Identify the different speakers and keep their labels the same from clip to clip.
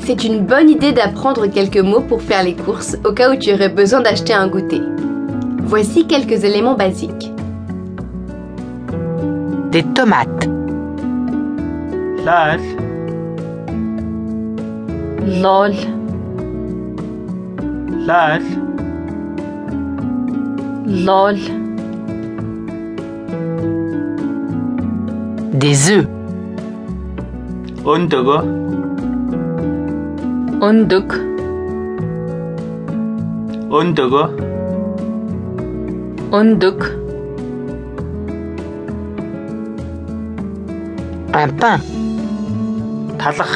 Speaker 1: c'est une bonne idée d'apprendre quelques mots pour faire les courses au cas où tu aurais besoin d'acheter un goûter. Voici quelques éléments basiques.
Speaker 2: des tomates,
Speaker 3: لال
Speaker 4: لال
Speaker 3: لال
Speaker 4: لال
Speaker 2: des œufs,
Speaker 3: өндөгөө
Speaker 4: أندك
Speaker 3: өндөгөө
Speaker 4: أندك
Speaker 2: un pain,
Speaker 3: талах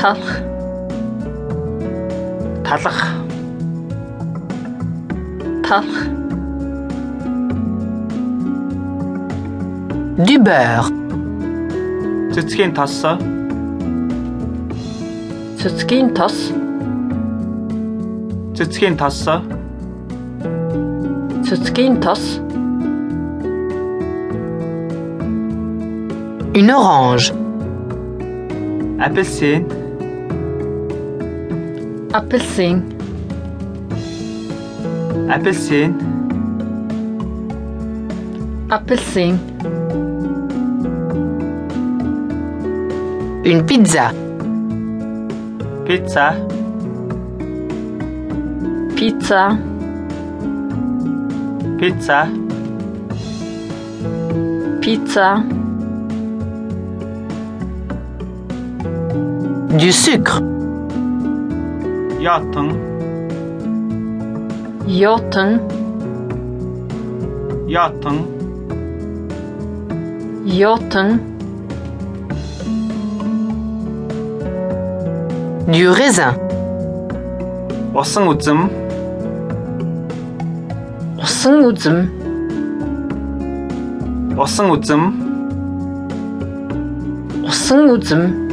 Speaker 4: طلخ
Speaker 3: талах
Speaker 4: طلخ
Speaker 2: du beurre,
Speaker 3: цэцгийн тосоо
Speaker 4: цэцгийн тос
Speaker 3: цэцгийн тосоо
Speaker 4: цэцгийн тос
Speaker 2: une orange,
Speaker 3: апельсин
Speaker 4: апельсин
Speaker 3: апельсин
Speaker 4: апельсин
Speaker 2: une pizza,
Speaker 3: пицца
Speaker 4: пицца
Speaker 3: пицца
Speaker 4: пицца
Speaker 2: du sucre,
Speaker 3: ётон
Speaker 4: йотон
Speaker 3: ётон
Speaker 4: йотон
Speaker 2: du raisin,
Speaker 3: усан үзэм
Speaker 4: усан үзэм
Speaker 3: усан үзэм
Speaker 4: усан үзэм